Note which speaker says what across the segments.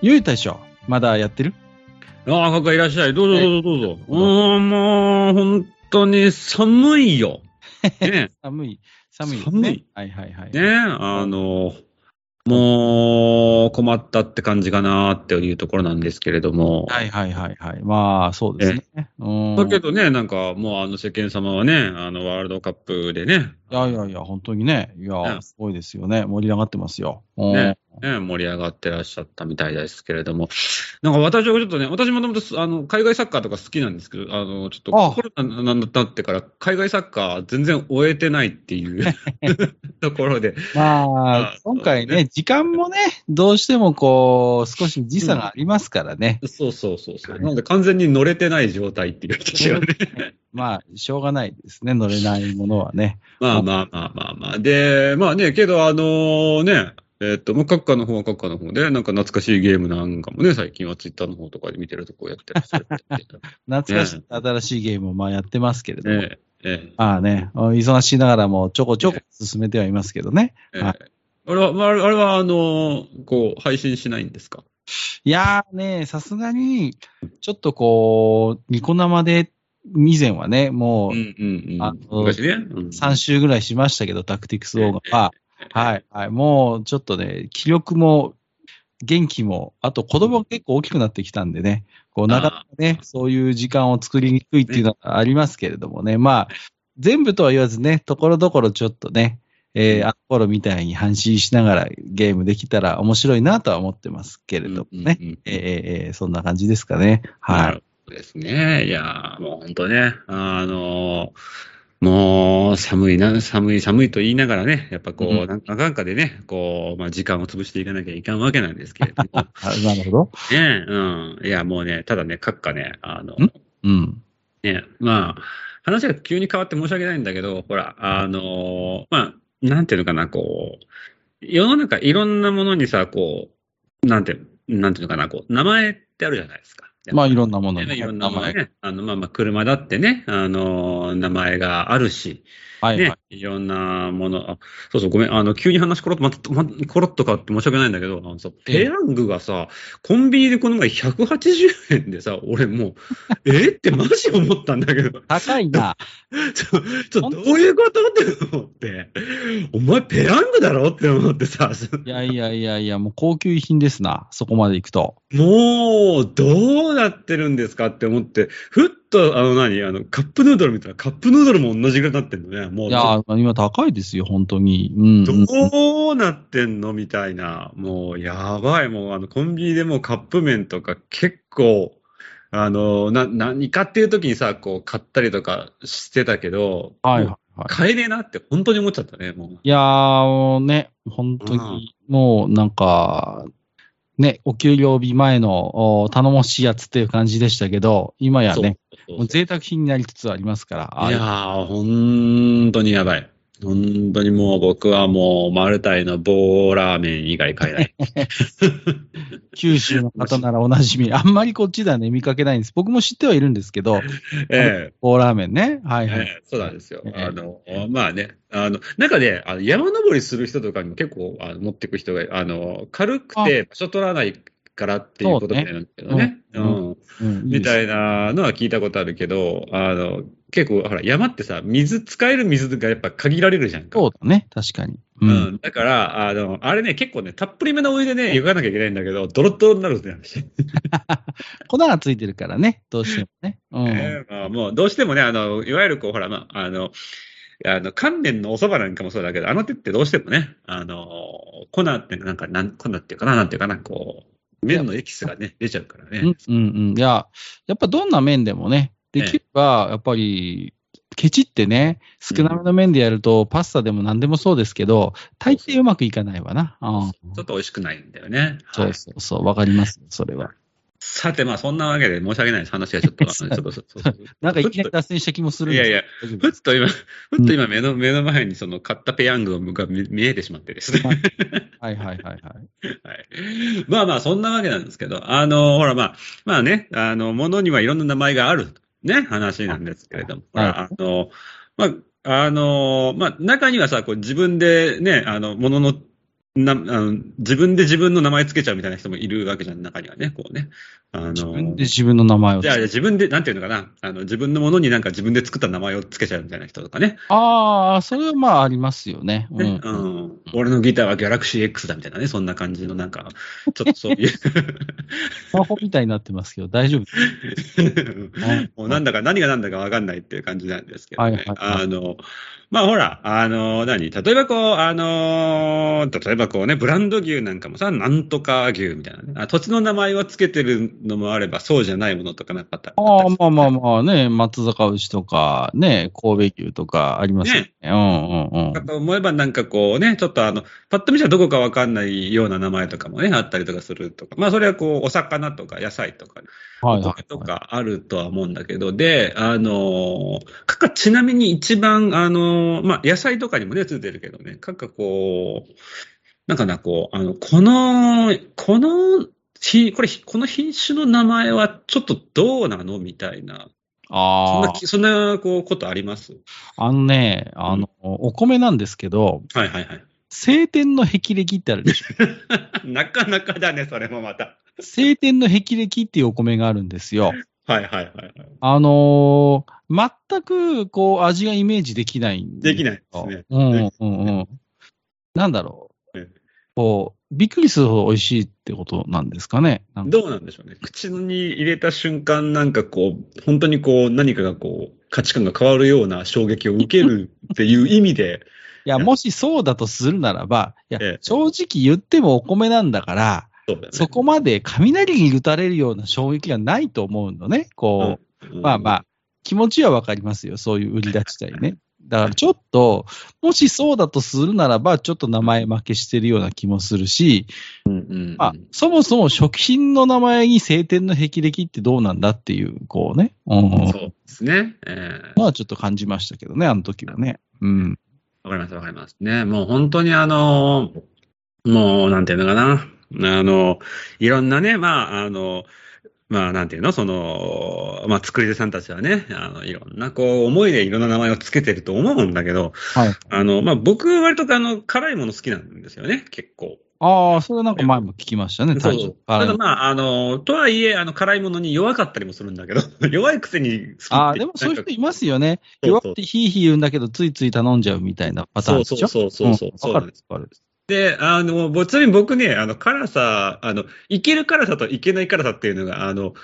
Speaker 1: ゆう大将、まだやってる
Speaker 2: ああ、かかいらっしゃい。どうぞどうぞどうぞ。
Speaker 1: どうぞ
Speaker 2: うーん、もう、本当に寒いよ。ね
Speaker 1: 寒い、寒い、ね。
Speaker 2: 寒い。
Speaker 1: はいはいはい。
Speaker 2: ねあの、もう、困ったって感じかなっていうところなんですけれども。
Speaker 1: はいはいはいはい。まあ、そうですね。うん。
Speaker 2: だけどね、なんか、もうあの世間様はね、あの、ワールドカップでね、
Speaker 1: いやいやいや、本当にね。いや、
Speaker 2: ね
Speaker 1: すごいですよね。盛り上がってますよ。うん
Speaker 2: ねね、盛り上がってらっしゃったみたいですけれども、なんか私はちょっとね、私もともとすあの海外サッカーとか好きなんですけど、あのちょっと
Speaker 1: ああ
Speaker 2: コロナになってから、海外サッカー全然終えてないっていうところで、
Speaker 1: まあ
Speaker 2: あ、
Speaker 1: 今回
Speaker 2: そう
Speaker 1: ね、時間もね、どうしてもこう、少し時差がありますからね。
Speaker 2: そうそうそうそう、
Speaker 1: はい
Speaker 2: なので完全に乗れてない状態っていう私はね、
Speaker 1: まあ、しょうがないですね。乗れないものはね。
Speaker 2: まあまあまあまあまあ、で、まあね、けど、あのね、えっと、まあ、各家の方は各家の方で、なんか懐かしいゲームなんかもね、最近はツイッターの方とかで見てるとこうやってらっしゃるっていう
Speaker 1: 懐かしい、新しいゲームをまあやってますけれども。
Speaker 2: ええ、ええ。
Speaker 1: まあね、忙しいながらもちょこちょこ進めてはいますけどね。
Speaker 2: え
Speaker 1: は
Speaker 2: ーあれは、まああれあれは、あのーこう、配信しないんですか
Speaker 1: いやーね、さすがに、ちょっとこう、ニコ生で、以前はね、もう
Speaker 2: うん
Speaker 1: あの
Speaker 2: 昔ね。うん
Speaker 1: 3週ぐらいしましたけど、タクティクスオーガは。はい、はい。もうちょっとね、気力も、元気も、あと子供が結構大きくなってきたんでね、こう、なかなかね、そういう時間を作りにくいっていうのはありますけれどもね、まあ、全部とは言わずね、ところどころちょっとね、えー、あの頃みたいに反省しながらゲームできたら面白いなとは思ってますけれどもね。
Speaker 2: うんうんうん
Speaker 1: えーえーえーそんな感じですかね。
Speaker 2: な
Speaker 1: はい。
Speaker 2: るほどですね。いやー、もう本当ね、あのーもう、寒いな、寒い、寒いと言いながらね、やっぱこう、
Speaker 1: うん
Speaker 2: なんかなんかでね、こう、まあ、時間を潰していかなきゃいかんわけなんですけれども、
Speaker 1: あなるほど。
Speaker 2: ね、うん。いや、もうね、ただね、閣下ね、あの、
Speaker 1: んうん。
Speaker 2: ね、まあ、話が急に変わって申し訳ないんだけど、ほら、あのーまあ、なんていうのかな、こう、世の中いろんなものにさ、こう、なんて、なんていうのかな、こう、名前ってあるじゃないですか。
Speaker 1: まあ、い
Speaker 2: ん
Speaker 1: ろんなも
Speaker 2: な
Speaker 1: の
Speaker 2: もの。
Speaker 1: に。
Speaker 2: いろんなものね。あの、まあまあ、車だってね、あのー名前があるし、
Speaker 1: はい、はい
Speaker 2: ね、いろんなもの、あ、そうそう、ごめん、あの、急に話コロッと、また、ま、コロッと変わって申し訳ないんだけど、あのさ、
Speaker 1: ええ
Speaker 2: ペヤングがさ、コンビニでこの前180円でさ、俺もう、えってマジ思ったんだけど。
Speaker 1: 高いな。
Speaker 2: ちょ、ちょ、どういうことって思って、お前ペヤングだろって思ってさ、
Speaker 1: いやいやいやいや、もう高級品ですな、そこまで行くと。
Speaker 2: もう、どうなってるんですかって思って、ふっと、あの何、あの、カップヌードル見たら、カップヌードルも同じぐらいになってんのね。もう、
Speaker 1: いや、今高いですよ、本当に。うん、うん。
Speaker 2: どうなってんのみたいな。もう、やばい。もう、あの、コンビニでもうカップ麺とか結構、あの、な、何かっていう時にさ、こう、買ったりとかしてたけど、
Speaker 1: はいはい
Speaker 2: もう
Speaker 1: はい。
Speaker 2: 買えねえなって本当に思っちゃったね、もう。
Speaker 1: いやー、もうね、本当に、もうなんか、ね、お給料日前のお頼もしいやつっていう感じでしたけど、今やね、
Speaker 2: そう。
Speaker 1: もう贅沢品になりつつありますから。あ
Speaker 2: いやー、本当にやばい。本当にもう僕はもうマルタイの棒ラーメン以外買え ない。
Speaker 1: 九州の方ならおなじ み。あんまりこっちではね、見かけないんです。僕も知ってはいるんですけど、
Speaker 2: え
Speaker 1: 棒ラーメンね。はい
Speaker 2: え
Speaker 1: はい。
Speaker 2: ええそうなんですよ。
Speaker 1: ええ
Speaker 2: あの、まあね、あの、中で、あの山登りする人とかにも結構あの持ってく人が、あの、軽くて場所取らないからっていうことみたいなんだけどね。
Speaker 1: そうねうん
Speaker 2: うん
Speaker 1: うん、
Speaker 2: み
Speaker 1: い
Speaker 2: た
Speaker 1: で
Speaker 2: いなのは聞いたことあるけど、あの、結構、ほら、山ってさ、水、使える水がやっぱ限られるじゃん
Speaker 1: す
Speaker 2: か。
Speaker 1: そうだね、確かに。う。
Speaker 2: うんん、だから、あの、あれね、結構ね、たっぷりめのお湯でね、湯がなきゃいけないんだけど、ドロッドロになるんだよね。
Speaker 1: 粉がついてるからね、どうしてもね。うん。
Speaker 2: えーまあ、もう、どうしてもね、あの、いわゆるこう、ほら、まあ、あの、あの、乾麺のお蕎麦なんかもそうだけど、あの手ってどうしてもね、あの、粉って、なんか、なん粉っていうかな、なんていうかな、こう、麺のエキスがね、出ちゃうからね。
Speaker 1: うんうんうん。いや、やっぱどんな面でもね、できれば、やっぱり、ケチってね、少なめの麺でやると、パスタでも何でもそうですけど、大抵うまくいかないわな。うん
Speaker 2: ちょっと美味しくないんだよね。
Speaker 1: そ
Speaker 2: は
Speaker 1: う
Speaker 2: い
Speaker 1: そうそう、わかります、それは。
Speaker 2: さて、まあそんなわけで申し訳ないです。話がちょっと、あのち ょ
Speaker 1: そう
Speaker 2: っと、そうそう
Speaker 1: なんかいきなり脱線した気もするん
Speaker 2: い
Speaker 1: です
Speaker 2: や
Speaker 1: け
Speaker 2: い
Speaker 1: ど大
Speaker 2: や、
Speaker 1: 丈夫
Speaker 2: ふっと今、ふっと今目の、目の前にその買ったペヤングが見見えてしまってですね。
Speaker 1: はいはいはいはい。
Speaker 2: はい。まあまあ、そんなわけなんですけど、あの、ほらまあ、まあね、あの、ものにはいろんな名前がある、ね、話なんですけれども、ほら
Speaker 1: は
Speaker 2: あの、まあ、あの、まあ、中にはさ、こう自分でね、あの、ものの、なあの自分で自分の名前つけちゃうみたいな人もいるわけじゃん、中にはね、こうね。あの
Speaker 1: 自分で自分の名前をつ
Speaker 2: じ
Speaker 1: け
Speaker 2: ゃあ、
Speaker 1: る。
Speaker 2: 自分で、なんていうのかな、あの自分のものになんか自分で作った名前をつけちゃうみたいな人とかね。
Speaker 1: ああ、それはまあありますよね。う
Speaker 2: ね
Speaker 1: ん。
Speaker 2: うん俺のギターはギャラクシー X だみたいなね、そんな感じのなんか、ちょっ とそういう
Speaker 1: スマホみたいになってますけど、大丈夫。
Speaker 2: もうなんだか何が何だか分かんないっていう感じなんですけど
Speaker 1: は
Speaker 2: ね
Speaker 1: い。はいは
Speaker 2: あの、まあほら、あの、何例えばこう、あの、例えばこうね、ブランド牛なんかもさ、なんとか牛みたいなね。あ土地の名前をつけてるのもあれば、そうじゃないものとかなんかあった
Speaker 1: ああ、まあまあ
Speaker 2: ま
Speaker 1: まあね、松坂牛とか、ね、神戸牛とかありますよね。うんうんうん
Speaker 2: か。と思えばなんかこうね、ちょっとあの、パッと見じゃどこかわかんないような名前とかもね、あったりとかするとか。まあそれはこう、お魚とか野菜とか、
Speaker 1: はい
Speaker 2: お
Speaker 1: は
Speaker 2: 米
Speaker 1: い
Speaker 2: と。かあるとは思うんだけど、で、あの、かか、ちなみに一番、あの、まあ、野菜とかにもね、ついてるけどね、かかこう、なんかな、こう、あの、この、この、ひ、これ、ひこの品種の名前はちょっとどうなのみたいな。そん
Speaker 1: あ
Speaker 2: な、そんな、こう、ことあります
Speaker 1: あ、あのね、あの、お米なんですけど、
Speaker 2: はいはい はい。
Speaker 1: 晴天の霹靂ってあるで しょ。
Speaker 2: なかなかだね、それもまた。
Speaker 1: 晴天の霹靂っていうお米があるんですよ。
Speaker 2: はいはいはいはい。
Speaker 1: あのー全く、こう、味がイメージできないん
Speaker 2: でき
Speaker 1: ない
Speaker 2: ないですね。
Speaker 1: うんうんうん。なんだろ
Speaker 2: え
Speaker 1: う。こう、びっくりするほど美味しいってことなんですかね。なんか
Speaker 2: どうなんでしょうね。口に入れた瞬間、なんかこう、本当にこう、何かがこう、価値観が変わるような衝撃を受けるっていう意 味で、
Speaker 1: いや、もしそうだとするならば、いや
Speaker 2: ええ、
Speaker 1: 正直言ってもお米なんだから、
Speaker 2: そうだよね。
Speaker 1: そこまで雷に打たれるような衝撃がないと思うのね。こ
Speaker 2: うん、
Speaker 1: う、まあま
Speaker 2: あ。
Speaker 1: あ、気持ちはわかりますよ。そういう売り出したい ね。だからちょっと、もしそうだとするならば、ちょっと名前負けしてるような気もするし、
Speaker 2: うんうん、
Speaker 1: まあ、そもそも食品の名前に晴天の霹靂ってどうなんだっていう、こうね、うん、
Speaker 2: そうですね。ええ
Speaker 1: のはちょっと感じましたけどね、あの時はね。 うん。
Speaker 2: わかります、わかります。ね、もう本当にあの、もう、なんていうのかな。あの、いろんなね、まあ、あの、まあ、なんていうの、その、まあ、作り手さんたちはね、あの、いろんな、こう、思いでいろんな名前をつけてると思うんだけど、
Speaker 1: はい。
Speaker 2: あの、まあ、僕は割とあの、辛いもの好きなんですよね、結構。
Speaker 1: ああ、それはなんか前も聞きましたね、
Speaker 2: そう
Speaker 1: 大
Speaker 2: そ
Speaker 1: 丈
Speaker 2: う
Speaker 1: 夫。
Speaker 2: ただまあ、あの、とはいえ、あの、辛いものに弱かったりもするんだけど、 弱いくせに好きって。
Speaker 1: ああ、でもそういう人いますよね。
Speaker 2: なんか
Speaker 1: 弱くてヒーヒー言うんだけど、ついつい頼んじゃうみたいなパターン
Speaker 2: そう
Speaker 1: でし
Speaker 2: そ
Speaker 1: ょ
Speaker 2: うそうそうそう。
Speaker 1: ん
Speaker 2: そう
Speaker 1: わか
Speaker 2: なんで
Speaker 1: る
Speaker 2: す。
Speaker 1: わかる。
Speaker 2: で、あの、ぼちなみに僕ね、あの、辛さ、あの、いける辛さといけない辛さっていうのが、あの、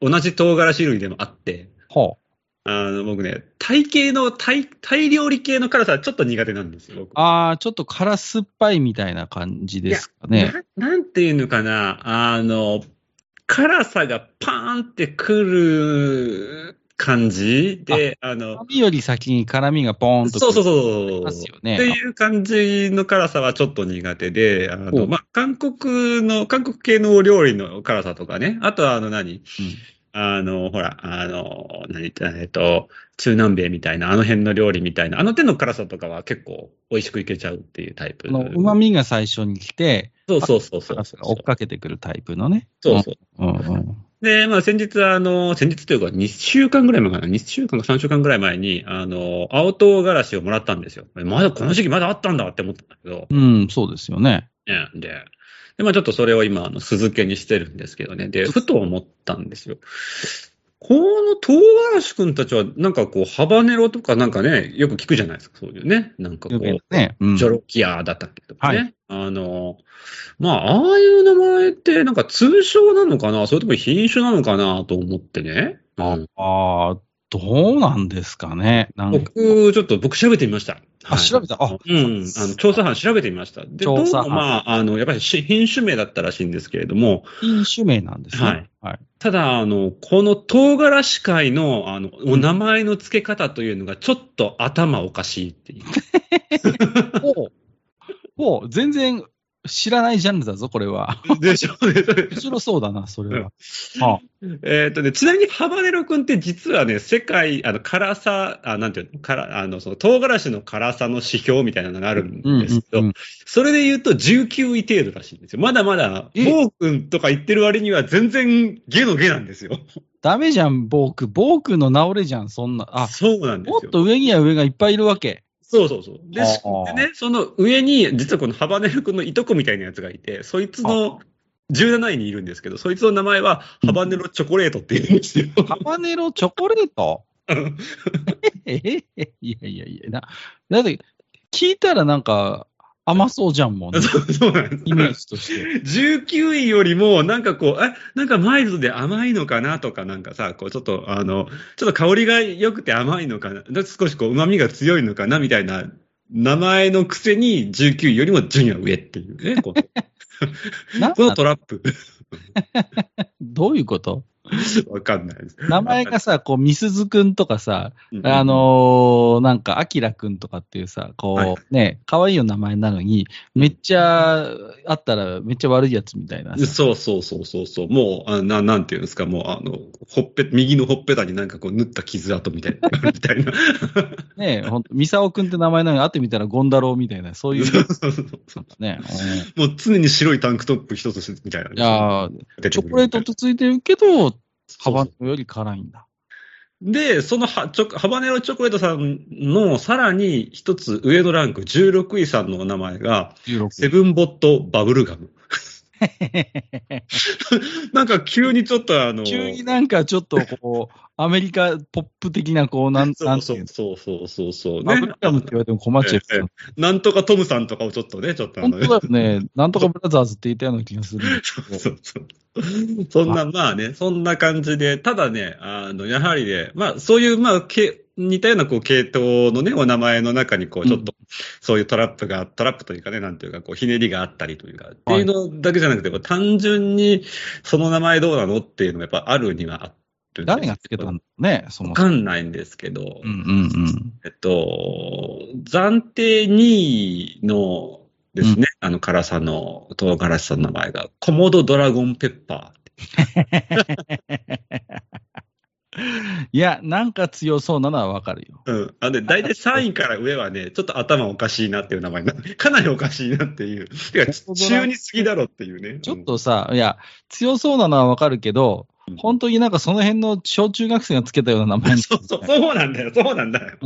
Speaker 2: 同じ唐辛子類でもあって、
Speaker 1: ほう。
Speaker 2: あの、僕ね、タイ系の、タイ、タイ料理系の辛さはちょっと苦手なんですよ、僕。
Speaker 1: ああ、ちょっと辛酸っぱいみたいな感じですかね。
Speaker 2: ななんていうのかな、あの、辛さがパーンってくる感じで、あの、
Speaker 1: 辛みより先に辛みがポーンとく
Speaker 2: そ
Speaker 1: る
Speaker 2: うそうそう。
Speaker 1: ますよね
Speaker 2: っていう感じの辛さはちょっと苦手で、あ
Speaker 1: ほ
Speaker 2: の、
Speaker 1: う
Speaker 2: まあ、韓国の、韓国系のお料理の辛さとかね、あとはあの何、
Speaker 1: うん
Speaker 2: あの、ほら、あの、何、えっと、中南米みたいな、あの辺の料理みたいな、あの手の辛さとかは結構美味しくいけちゃうっていうタイプ。
Speaker 1: この旨味が最初に来て、
Speaker 2: そうそうそうそう。
Speaker 1: 辛さが追っかけてくるタイプのね。
Speaker 2: そうそう。
Speaker 1: うんうん。
Speaker 2: で、まあ、先日、あの、先日というか、2週間ぐらい前かな、2週間か3週間ぐらい前に、あの、青唐辛子をもらったんですよ。まだ、この時期まだあったんだって思ったんだけど、
Speaker 1: うん、そうですよね。
Speaker 2: ね、で、で、まあ、ちょっとそれを今、あの、酢漬けにしてるんですけどね、で、ふと思ったんですよ。この唐辛子くんたちは、なんかこう、ハバネロとかなんかね、よく聞くじゃないですか、そういうね。なんかこ
Speaker 1: 有名
Speaker 2: う
Speaker 1: な、ね。うん。
Speaker 2: ジョロキアだったっけとか
Speaker 1: は
Speaker 2: ね。あの、まあ、ああいう名前って、なんか通称なのかなそれとも品種なのかなと思ってね。うん
Speaker 1: ああ、どうなんですかねなんか
Speaker 2: 僕、ちょっと僕調べてみました。は
Speaker 1: あ、
Speaker 2: い
Speaker 1: 調べた。あ、
Speaker 2: うん、あの調査班調べてみました。で、どう
Speaker 1: 調査班
Speaker 2: もまあ、あの、やっぱりし品種名だったらしいんですけれども、
Speaker 1: 品種名なんですね。
Speaker 2: はい。
Speaker 1: はい。
Speaker 2: ただ、あの、この唐辛子会の、あの、お名前の付け方というのが、ちょっと頭おかしいっていう。
Speaker 1: おうおう全然知らないジャンルだぞ、これは。
Speaker 2: でしょうね。
Speaker 1: 面白そうだな、それは。あ
Speaker 2: えっとね、ちなみにハバネロ君って実はね、世界、あの、辛さ、あなんていうの、辛、あの、その、唐辛子の辛さの指標みたいなのがあるんですけど、
Speaker 1: うんうんうん
Speaker 2: それで言うと19位程度らしいんですよ。まだまだ、
Speaker 1: え
Speaker 2: ボー君とか言ってる割には全然ゲのゲなんですよ。
Speaker 1: ダメじゃん、ボーク。ボークの治れじゃん、そんな。あ、
Speaker 2: そうなんです
Speaker 1: も
Speaker 2: よ。
Speaker 1: っと上には上がいっぱいいるわけ。
Speaker 2: そうそうそう。で、
Speaker 1: あー
Speaker 2: しでね、その上に、実はこのハバネロ君のいとこみたいなやつがいて、そいつの17位にいるんですけど、そいつの名前はハバネロチョコレートって言うんですよ。
Speaker 1: ハバネロチョコレートええいやいやいや、な、だって、聞いたらなんか甘そうじゃんもん、ね、
Speaker 2: そうそうなんです。
Speaker 1: イメージとして。
Speaker 2: 19位よりも、なんかこう、え、なんかマイルドで甘いのかなとか、なんかさ、こうちょっと、あの、ちょっと香りが良くて甘いのかな、だ少しこう、旨味が強いのかな、みたいな名前のくせに、19位よりも順位は上っていうね、こ う
Speaker 1: な
Speaker 2: このトラップ。
Speaker 1: どういうこと
Speaker 2: わかんないです。
Speaker 1: 名前がさ、こう、みすずくんとかさ、
Speaker 2: うん
Speaker 1: あ、のーなんか、あきらくんとかっていうさ、
Speaker 2: はい
Speaker 1: こう、ね、可愛いお名前なのに、めっちゃ、あったらめっちゃ悪いやつみたいなさ。
Speaker 2: そうそうそうそうそう、もうあな、なんていうんですか、もう、あの、ほっぺ、右のほっぺたになんかこう、縫った傷跡みたいな、 みたいな。
Speaker 1: ねほんと、みさおくんって名前なのに、会ってみたらゴンダロウみたいな、そういう
Speaker 2: そうそうそう そう
Speaker 1: ね。うん
Speaker 2: もう常に白いタンクトップ一つみたいな。
Speaker 1: いやー
Speaker 2: 出
Speaker 1: チ
Speaker 2: てく
Speaker 1: ョ
Speaker 2: る
Speaker 1: コレートとついてるけど、ハ
Speaker 2: そうそ
Speaker 1: バ
Speaker 2: う
Speaker 1: ネロより辛いん だ。
Speaker 2: で、そのはチョコハバネロチョコレートさんのさらに一つ上のランク、16位さんのお名前が、セ
Speaker 1: 16。
Speaker 2: ブンボットバブル ガム。なんか急にちょっとあの、
Speaker 1: 急になんかちょっとこう、アメリカポップ的な、こう、なん、
Speaker 2: そ
Speaker 1: な
Speaker 2: うん
Speaker 1: て
Speaker 2: そ
Speaker 1: いう
Speaker 2: う
Speaker 1: の
Speaker 2: そうそうそうそう、
Speaker 1: バ
Speaker 2: ね
Speaker 1: ブル。ガムって言われても困っちゃうけど。
Speaker 2: なんとかトムさんとかをちょっとね、ちょっとあ
Speaker 1: 本
Speaker 2: の、
Speaker 1: 当だよね。なんとかブラザーズって言ったような気がする。
Speaker 2: そうそう。そんな、まあね、そんな感じで、ただね、あの、やはりね、まあ、そういう、まあ、け似たような、こう、系統のね、お名前の中に、こう、ちょっと、そういうトラップが、トラップというかね、なんていうか、こう、ひねりがあったりというか、っていうのだけじゃなくて、こう単純に、その名前どうなのっていうのが、やっぱあるにはあるんです
Speaker 1: 誰がつけたん
Speaker 2: わ
Speaker 1: だろうね、そもそも。
Speaker 2: かんないんですけど、
Speaker 1: うんうんうん。
Speaker 2: えっと、暫定2位のですね、あの、辛さの唐辛子さんの名前が、コモドドラゴンペッパー。
Speaker 1: いや、なんか強そうなのはわかるよ。
Speaker 2: うん。あで、大体3位から上はね、ちょっと頭おかしいなっていう名前な、 かなりおかしいなっていう。てか、
Speaker 1: コモドドラ
Speaker 2: 中に過ぎだろっていうね。
Speaker 1: ちょっとさ、いや、強そうなのはわかるけど、
Speaker 2: うん、
Speaker 1: 本当になんかその辺の小中学生がつけたような名前なんだよね。
Speaker 2: そうそう、そうなんだよ、そうなんだよ。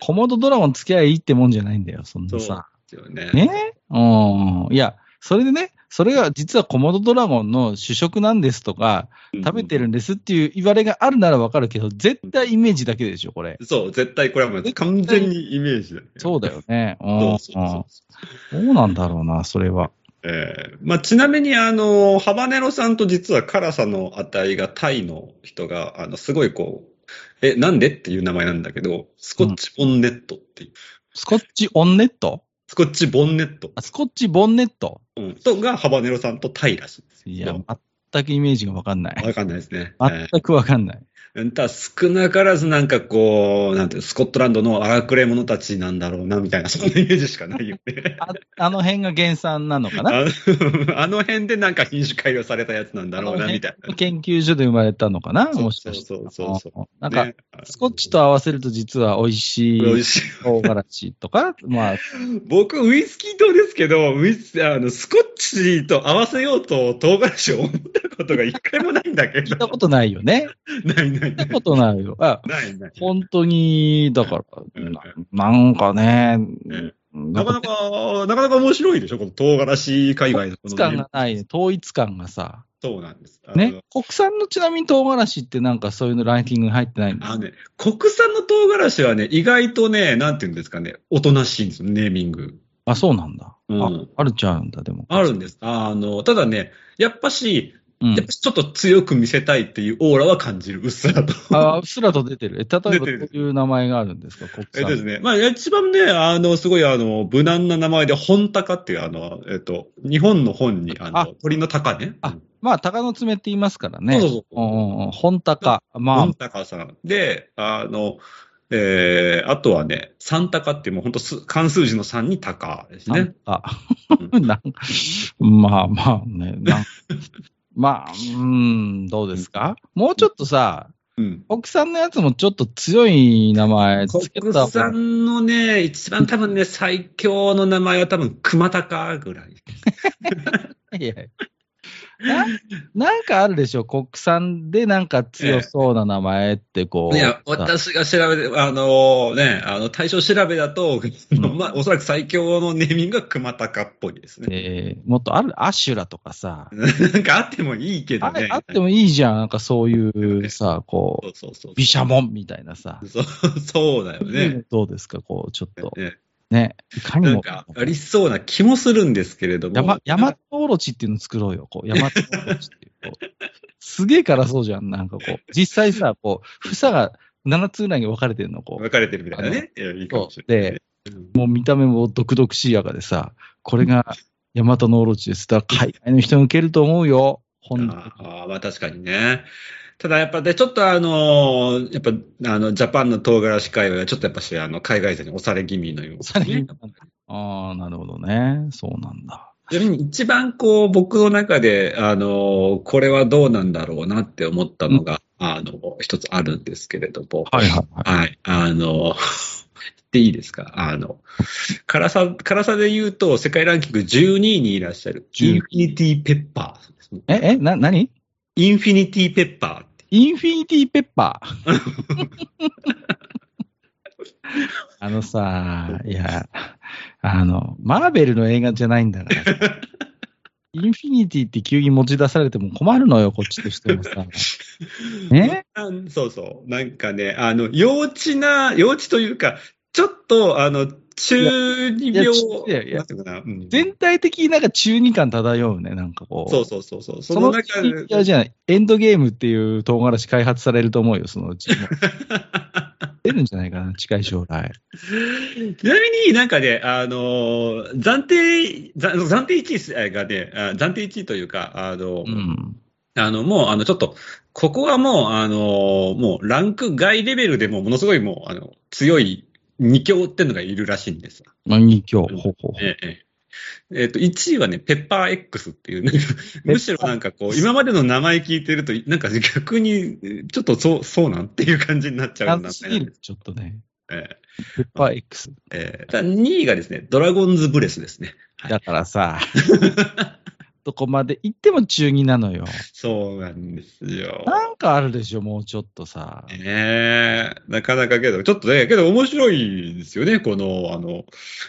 Speaker 1: コモドドラゴンつきゃいいってもんじゃないんだよ、そんなさ。
Speaker 2: ですよね。
Speaker 1: ねうん。いや、それでね、それが実はコモドドラゴンの主食なんですとか、
Speaker 2: うん
Speaker 1: 食べてるんですっていう言われがあるならわかるけど、絶対イメージだけでしょ、これ。
Speaker 2: そう、絶対これはもう完全にイメージだよね。
Speaker 1: そうだよ ね。うん
Speaker 2: そううそうそ
Speaker 1: ん
Speaker 2: う。
Speaker 1: そうなんだろうな、それは。
Speaker 2: えーまあ、ちなみに、あの、ハバネロさんと実は辛さの値がタイの人が、あの、すごいこう、え、なんでっていう名前なんだけど、スコッチボンネットっていう、
Speaker 1: スコッチオンネット
Speaker 2: スコッチボンネット、
Speaker 1: あスコッチボンネット
Speaker 2: うん、とがハバネロさんとタイらしいんです
Speaker 1: いや
Speaker 2: どう、
Speaker 1: 全くイメージがわかんない。
Speaker 2: わかんないですね。え
Speaker 1: 全くわかんない。
Speaker 2: ーただ少なからずなんかこう、なんていうの、スコットランドの荒くれ者たちなんだろうな、みたいな、そんなイメージしかないよね。
Speaker 1: ああの辺が原産なのか な
Speaker 2: あの あの辺でなんか品種改良されたやつなんだろうな、みたい な。
Speaker 1: 研究所で生まれたのかなもしかして。
Speaker 2: そうそうそうそう。
Speaker 1: なんか、
Speaker 2: ね
Speaker 1: スコッチと合わせると実は美味し
Speaker 2: 美味
Speaker 1: い
Speaker 2: しい。
Speaker 1: 唐辛子とか、 まあ、
Speaker 2: 僕、ウイスキー糖ですけど、ウイス、あの、スコッチと合わせようと唐辛子を思ったことが一回もないんだけ
Speaker 1: 聞い
Speaker 2: ど
Speaker 1: た。ことないよね。
Speaker 2: ないな
Speaker 1: 聞
Speaker 2: いないい
Speaker 1: た。ことないよ。 あ、
Speaker 2: ないない。
Speaker 1: 本当に、だから、
Speaker 2: うん
Speaker 1: ななんかね、
Speaker 2: ね
Speaker 1: な
Speaker 2: なかなか、なかなか面白いでしょこの唐辛子界隈のこ
Speaker 1: 統一
Speaker 2: の
Speaker 1: 感
Speaker 2: ね、
Speaker 1: がないね。統一感がさ。
Speaker 2: そうなんです。あの
Speaker 1: ね。。国産のちなみに唐辛子ってなんかそういうのランキングに入ってないんだ
Speaker 2: あのね、国産の唐辛子はね、意外とね、なんていうんですかね、おとなしいんですよ、ネーミング。
Speaker 1: あ、そうなんだ。
Speaker 2: うん
Speaker 1: あ、あるっちゃあるんだ、でも。
Speaker 2: あるんです。あの、ただね、やっぱし、
Speaker 1: うん
Speaker 2: やっぱちょっと強く見せたいっていうオーラは感じる、うっすらと。
Speaker 1: あうっすらと出てる。え、例えばどう
Speaker 2: 出てる
Speaker 1: いう名前があるんですか、国
Speaker 2: えっ
Speaker 1: 産。
Speaker 2: とですね。まあ、一番ね、あの、すごい、あの、無難な名前で、本高っていう、あの、えっと、日本の本に、あの、
Speaker 1: あ
Speaker 2: 鳥の高ね。
Speaker 1: あまあ、鷹の爪って言いますからね。
Speaker 2: そうそうそう
Speaker 1: うんうんうん。本鷹。まあ
Speaker 2: 本、高さん。で、あの、えー、あとはね、三高っていう、もう本当す、漢数字の三に高ですね。
Speaker 1: あ、 なんか、まあまあね、なん まあ、うーん、どうですかもうちょっとさ、
Speaker 2: うん。
Speaker 1: 国産のやつもちょっと強い名前つけ
Speaker 2: 国
Speaker 1: た方が
Speaker 2: 産のね、一番多分ね、最強の名前は多分、熊高ぐらい。
Speaker 1: いやいやななんかあるでしょ国産でなんか強そうな名前ってこう。
Speaker 2: いや、私が調べて、あのね、あの、対象調べだと、
Speaker 1: ん
Speaker 2: まあ、おそらく最強のネーミングが熊高っぽいですね。
Speaker 1: えーもっとある、アシュラとかさ。
Speaker 2: なんかあってもいいけど
Speaker 1: あ
Speaker 2: ね
Speaker 1: れ。あってもいいじゃん。なんかそういうさ、こ
Speaker 2: そうそうそう
Speaker 1: う、毘沙門みたいなさ。
Speaker 2: そう、 そうだよね。
Speaker 1: どうですかこう、ちょっと。
Speaker 2: ね
Speaker 1: ね。いかに
Speaker 2: なん
Speaker 1: も。
Speaker 2: か、ありそうな気もするんですけれども。
Speaker 1: 山、山田オロチっていうの作ろうよ。こう、山田オロチっていう。こう すげえ辛そうじゃん。なんかこう、実際さ、こう、房が7つぐらいに分かれてるの、こう。
Speaker 2: 分かれてるみたいなね。いやいいかもしれないね。
Speaker 1: で、もう見た目も毒々しい赤でさ、これがヤマトのオロチです。だから海外の人に受けると思うよ。本当に
Speaker 2: ああ、まあ確かにね。ただやっぱで、ちょっとあのーやっぱ、あの、ジャパンの唐辛子界隈は、ちょっとやっぱし、あの、海外勢に押され気味のようです
Speaker 1: さら
Speaker 2: ね
Speaker 1: に。ああ、なるほどね。そうなんだ。
Speaker 2: ちなみに一番こう僕の中で、あの、これはどうなんだろうなって思ったのが、あの、一つあるんですけれども、
Speaker 1: はいはいはい。
Speaker 2: はい、あの、 でいいですかあの、辛さ、辛さで言うと世界ランキング12位にいらっしゃる、
Speaker 1: 12
Speaker 2: インフィニティペッパーですね。
Speaker 1: え、え、な、何
Speaker 2: インフィニティペッパーって。
Speaker 1: インフィニティペッ パー。あのさ、いや、あの、マーベルの映画じゃないんだからさ。インフィニティって急に持ち出されても困るのよ、こっちとしても さ。ね
Speaker 2: あそうそう。なんかね、あの、幼稚な、幼稚というか、ちょっと、あの、中二
Speaker 1: いや
Speaker 2: 病
Speaker 1: いやい、や
Speaker 2: なんていうかな、うん
Speaker 1: 全体的になんか中二感漂うね、なんかこう。
Speaker 2: そうそうそうそう。
Speaker 1: そ
Speaker 2: そ
Speaker 1: のう
Speaker 2: の中
Speaker 1: ち
Speaker 2: で
Speaker 1: に、、あれじゃない、エンドゲームっていう唐辛子開発されると思うよ、そのうち。もう出るんじゃないかな、近い将来。
Speaker 2: ちなみになんかね、あのー暫定、ざ暫定1位がね、あ暫定1位というか、あの、
Speaker 1: うん。
Speaker 2: あの、もう、あの、ちょっと、ここはもう、あのーもう、ランク外レベルでもう、ものすごいもう、あの、強い2強ってのがいるらしいんです。
Speaker 1: まあ、二強、ほうほうほう。
Speaker 2: ええ。えっと、1位はね、ペッパー X っていう、なんかむしろなんかこう、今までの名前聞いてると、なんか逆に、ちょっとそう、そうなんっていう感じになっちゃう
Speaker 1: なん
Speaker 2: だ
Speaker 1: すぎる、ちょっとね。
Speaker 2: ええ
Speaker 1: ペッパー X。
Speaker 2: えー、ただ2位がですね、ドラゴンズブレスですね。はい
Speaker 1: だから さ、どこまで行っても中二なのよ。
Speaker 2: そうなんですよ。
Speaker 1: なんかあるでしょ、もうちょっとさ。
Speaker 2: ねえ、なかなかけど、ちょっとね、けど面白いですよね、この、あの、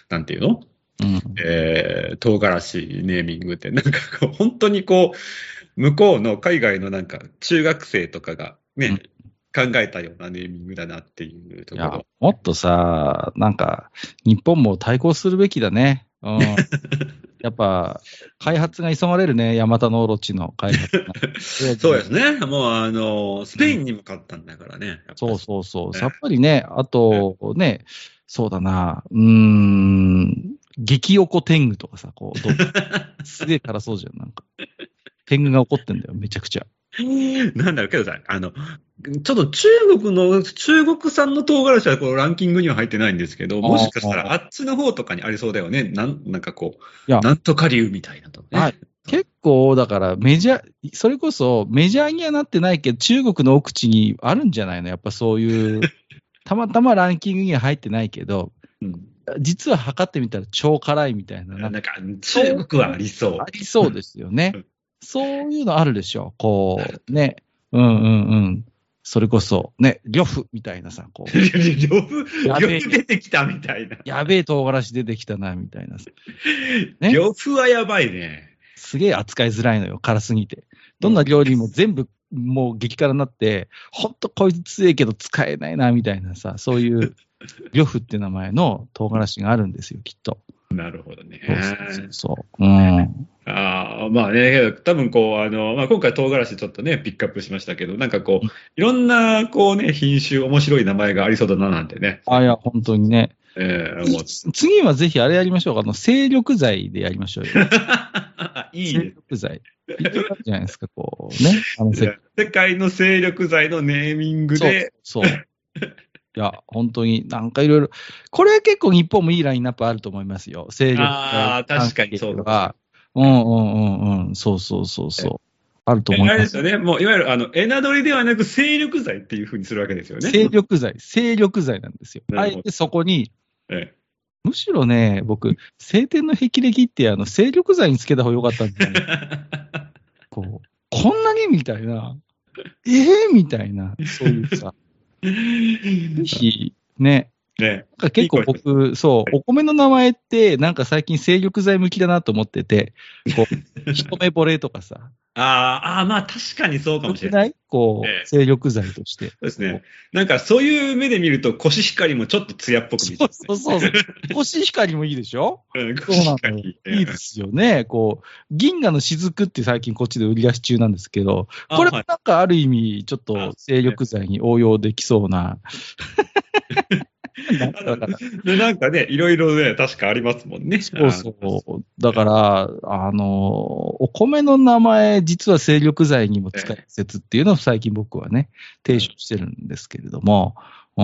Speaker 2: なんていうの
Speaker 1: うん。
Speaker 2: えー、唐辛子ネーミングって、なんかこう、本当にこう、向こうの海外のなんか、中学生とかがね、
Speaker 1: うん
Speaker 2: 考えたようなネーミングだなっていうと
Speaker 1: い
Speaker 2: こ
Speaker 1: や
Speaker 2: ろ。、
Speaker 1: もっとさ、なんか、日本も対抗するべきだね。 うん。やっぱ、開発が急がれるね、ヤマタノオロチの開発が。
Speaker 2: そうですね。もうあの、スペインにも勝ったんだからね。やっぱり
Speaker 1: そうそうそう。
Speaker 2: ね
Speaker 1: さっぱりね、あとね、そうだな、うーん、激おこ天狗とかさ、こう、どう すげえ辛そうじゃん、なんか。天狗が怒ってんだよ、めちゃくちゃ。
Speaker 2: なんだろうけどさ、あの、ちょっと中国の、中国産の唐辛子はこのランキングには入ってないんですけど、もしかした
Speaker 1: あ
Speaker 2: らあっちの方とかにありそうだよね。なん、なんかこ
Speaker 1: いや
Speaker 2: う、なんとか流みたいなとかね。
Speaker 1: はい結構、だからメジャー、それこそメジャーにはなってないけど、中国の奥地にあるんじゃないのやっぱそう いう、たまたまランキングには入ってないけど、
Speaker 2: うん
Speaker 1: 実は測ってみたら超辛いみたいな、なん
Speaker 2: な
Speaker 1: か
Speaker 2: んか、中国はありそう
Speaker 1: あ。りそうですよね
Speaker 2: うん。
Speaker 1: そういうのあるでしょ。こう、ね。うんうんうん。それこそ、ね、呂布みたいなさ、 こう、
Speaker 2: 両夫、
Speaker 1: や
Speaker 2: 両
Speaker 1: べえ
Speaker 2: 夫出てきたみたいな。
Speaker 1: やべえ唐辛子出てきたな、みたいなさ。ね
Speaker 2: 両夫はやばいね。
Speaker 1: すげえ扱いづらいのよ、辛すぎて。どんな料理も全部、もう激辛になって、ほんとこいつ強いけど使えないな、みたいなさ、そう いう、呂布って名前の唐辛子があるんですよ、きっと。
Speaker 2: なるほどね。
Speaker 1: そうそうそう。うん。
Speaker 2: あああ、まあね、けど多分こう、あの、まあ今回唐辛子ちょっとね、ピックアップしましたけど、なんかこう、いろんな、こうね、品種、面白い名前がありそうだななんてね、
Speaker 1: あ、いや、本当にね。
Speaker 2: えー、思う。
Speaker 1: 次はぜひあれやりましょうか。あの、精力剤でやりましょうよ。
Speaker 2: いい
Speaker 1: 精
Speaker 2: ね。
Speaker 1: 力剤。いいじゃないですか、こう。ね。あのせ
Speaker 2: 世界の勢力剤のネーミングで、
Speaker 1: そう。そういや、本当になんかいろいろ。これは結構日本もいいラインナップあると思いますよ。精力剤
Speaker 2: あー確かにそう
Speaker 1: か。うんうんうんうん。そうそうそうそう。あると思い
Speaker 2: あれ
Speaker 1: ま。
Speaker 2: ですすよね、もういわゆるあの、エナドリではなく、勢力剤っていうふうにするわけですよ ね。
Speaker 1: 精力剤、精力剤なんですよ。
Speaker 2: な
Speaker 1: あ
Speaker 2: るほど
Speaker 1: えてそこに、
Speaker 2: え
Speaker 1: むしろね、僕、晴天の霹靂って、あの、精力剤につけた方が良かったんじゃ ないこう、こんなにみたいな。ええみたいな。そういう さ。ぜひ、ね。
Speaker 2: えね
Speaker 1: なんか結構僕、そう、お米の名前って、なんか最近精力剤向きだなと思ってて、こ う、一目惚れとかさ、
Speaker 2: あーあー、まあ確かにそうか
Speaker 1: 良
Speaker 2: もし
Speaker 1: く
Speaker 2: れない。
Speaker 1: ないこ
Speaker 2: ええ
Speaker 1: う、精力剤として。
Speaker 2: そうですね。なんかそういう目で見ると、コシヒカリもちょっと艶っぽく見え
Speaker 1: そうそうそう。 星光もいいでしょ
Speaker 2: る。うん
Speaker 1: そ
Speaker 2: コ
Speaker 1: う
Speaker 2: シ
Speaker 1: な
Speaker 2: ヒカ
Speaker 1: のよ。
Speaker 2: リ。
Speaker 1: いいですよね。こう、銀河の雫って最近こっちで売り出し中なんですけど、
Speaker 2: あ
Speaker 1: これも
Speaker 2: は
Speaker 1: なん
Speaker 2: い
Speaker 1: かある意味、ちょっと精力剤に応用できそう な。なんかだから
Speaker 2: でなんかね、いろいろね、確かありますもんね。
Speaker 1: そうそう。だから、あの、お米の名前、実は精力剤にも使える説っていうのを最近僕はね、提唱してるんですけれども、う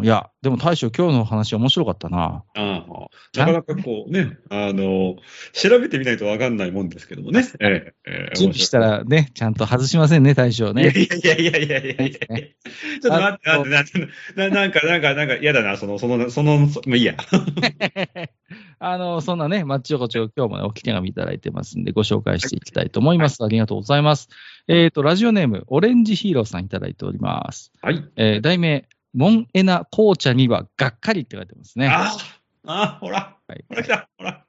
Speaker 1: ん、いや、でも大将、今日の話面白かったな。
Speaker 2: ああなかなかこうね、あの、調べてみないとわかんないもんですけどもね。ええええ
Speaker 1: 準備したらね、ちゃんと外しませんね、大将
Speaker 2: いや
Speaker 1: ね。
Speaker 2: いやいやいやいやいやいや
Speaker 1: ね
Speaker 2: ちょっと待って、待って、なな なんか、なんか、なんか、嫌だな、その、その、その、そまあいいや。
Speaker 1: あの、そんなね、マッチ横丁、今日もね、おき手紙いただいてますんで、ご紹介していきたいと思います。ありがとうございます。えっ、と、ラジオネーム、オレンジヒーローさんいただいております。
Speaker 2: はい。
Speaker 1: えー題名、モンエナ紅茶にはがっかりって書いてますね。
Speaker 2: ああ、ああ、ほら、
Speaker 1: はい
Speaker 2: ほら来た、ほら。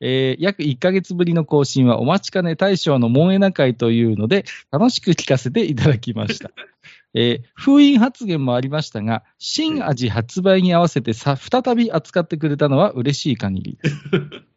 Speaker 1: えー約1ヶ月ぶりの更新はお待ちかね大将のモンエナ会というので、楽しく聞かせていただきました。 えー封印発言もありましたが、新味発売に合わせてさ再び扱ってくれたのは嬉しい限りです。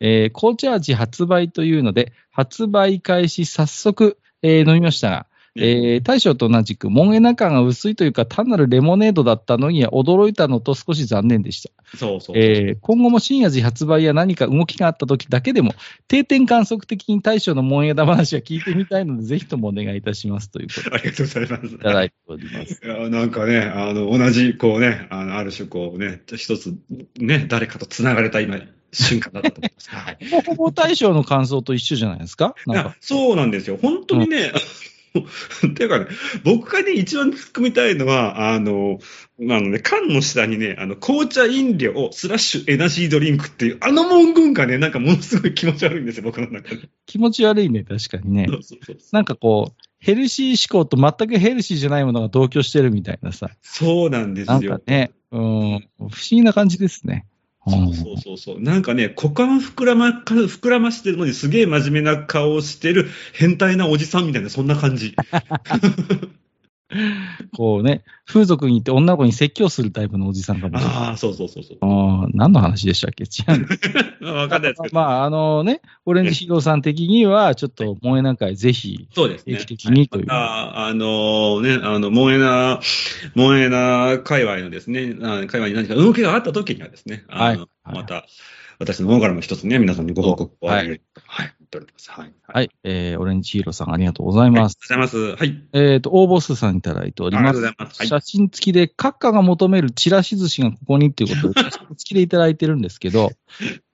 Speaker 1: えー紅茶味発売というので、発売開始早速、えー飲みましたが、えー大将と同じく、モンエナ感が薄いというか、単なるレモネードだったのには驚いたのと少し残念でした。
Speaker 2: そうそう。
Speaker 1: えー今後も深夜時発売や何か動きがあった時だけでも、定点観測的に大将の門枝話は聞いてみたいので、ぜひともお願いいたしますということで
Speaker 2: ありがとうございます。
Speaker 1: いただいております。
Speaker 2: いやなんかね、あの、同じ、こうね、あの、ある種こうね、一つ、ね、誰かと繋がれた今、瞬間だったと思います。はい。
Speaker 1: ほぼほぼ大将の感想と一緒じゃないですか
Speaker 2: い
Speaker 1: なん
Speaker 2: や
Speaker 1: か、
Speaker 2: そうなんですよ。本当にね、 っていうかね、僕がね、一番突っ込みたいのは、あの、あのね、缶の下にね、あの、紅茶飲料スラッシュエナジードリンクっていう、あの文言がね、なんかものすごい気持ち悪いんですよ、僕の中で。
Speaker 1: 気持ち悪いね、確かにね
Speaker 2: そ。うそうそう
Speaker 1: なんかこう、ヘルシー思考と全くヘルシーじゃないものが同居してるみたいなさ、
Speaker 2: そうなんです
Speaker 1: なん
Speaker 2: よ
Speaker 1: か。ね、うん、不思議な感じですね。
Speaker 2: そうそうそうそう。なんかね、股間膨らま、膨らましてるのにすげえ真面目な顔をしてる変態なおじさんみたいな、そんな感じ。
Speaker 1: うんこうね、風俗に行って女の子に説教するタイプのおじさんかもしれない。
Speaker 2: ああ、そうそうそうそう。
Speaker 1: うん何の話でしたっけ違うんだ
Speaker 2: まあわかんないですけど。
Speaker 1: まあ、あのね、オレンジヒーローさん的には、ちょっと、萌えなんかぜひ、
Speaker 2: そうです
Speaker 1: 定
Speaker 2: ね。
Speaker 1: 期的にという。
Speaker 2: ああのね、あの、萌えな、萌えな界隈のですね、あ界隈に何か動きがあった時にはですね、あの、
Speaker 1: はい
Speaker 2: また、私の方からも一つね、皆さんにご報告をあげると、はい、言っております。はい。
Speaker 1: は
Speaker 2: あり
Speaker 1: い、えー、オレンジヒーローさんありがとうござい
Speaker 2: が
Speaker 1: ま
Speaker 2: と
Speaker 1: す。
Speaker 2: うございます。はい。
Speaker 1: えっと、応募数さんいただいており
Speaker 2: ありが
Speaker 1: ま
Speaker 2: とう
Speaker 1: す。
Speaker 2: ございます。はい。
Speaker 1: 写真付きで、閣下が求めるチラシ寿司がここにっていうこと で、写真付きでいただいてるんですけど、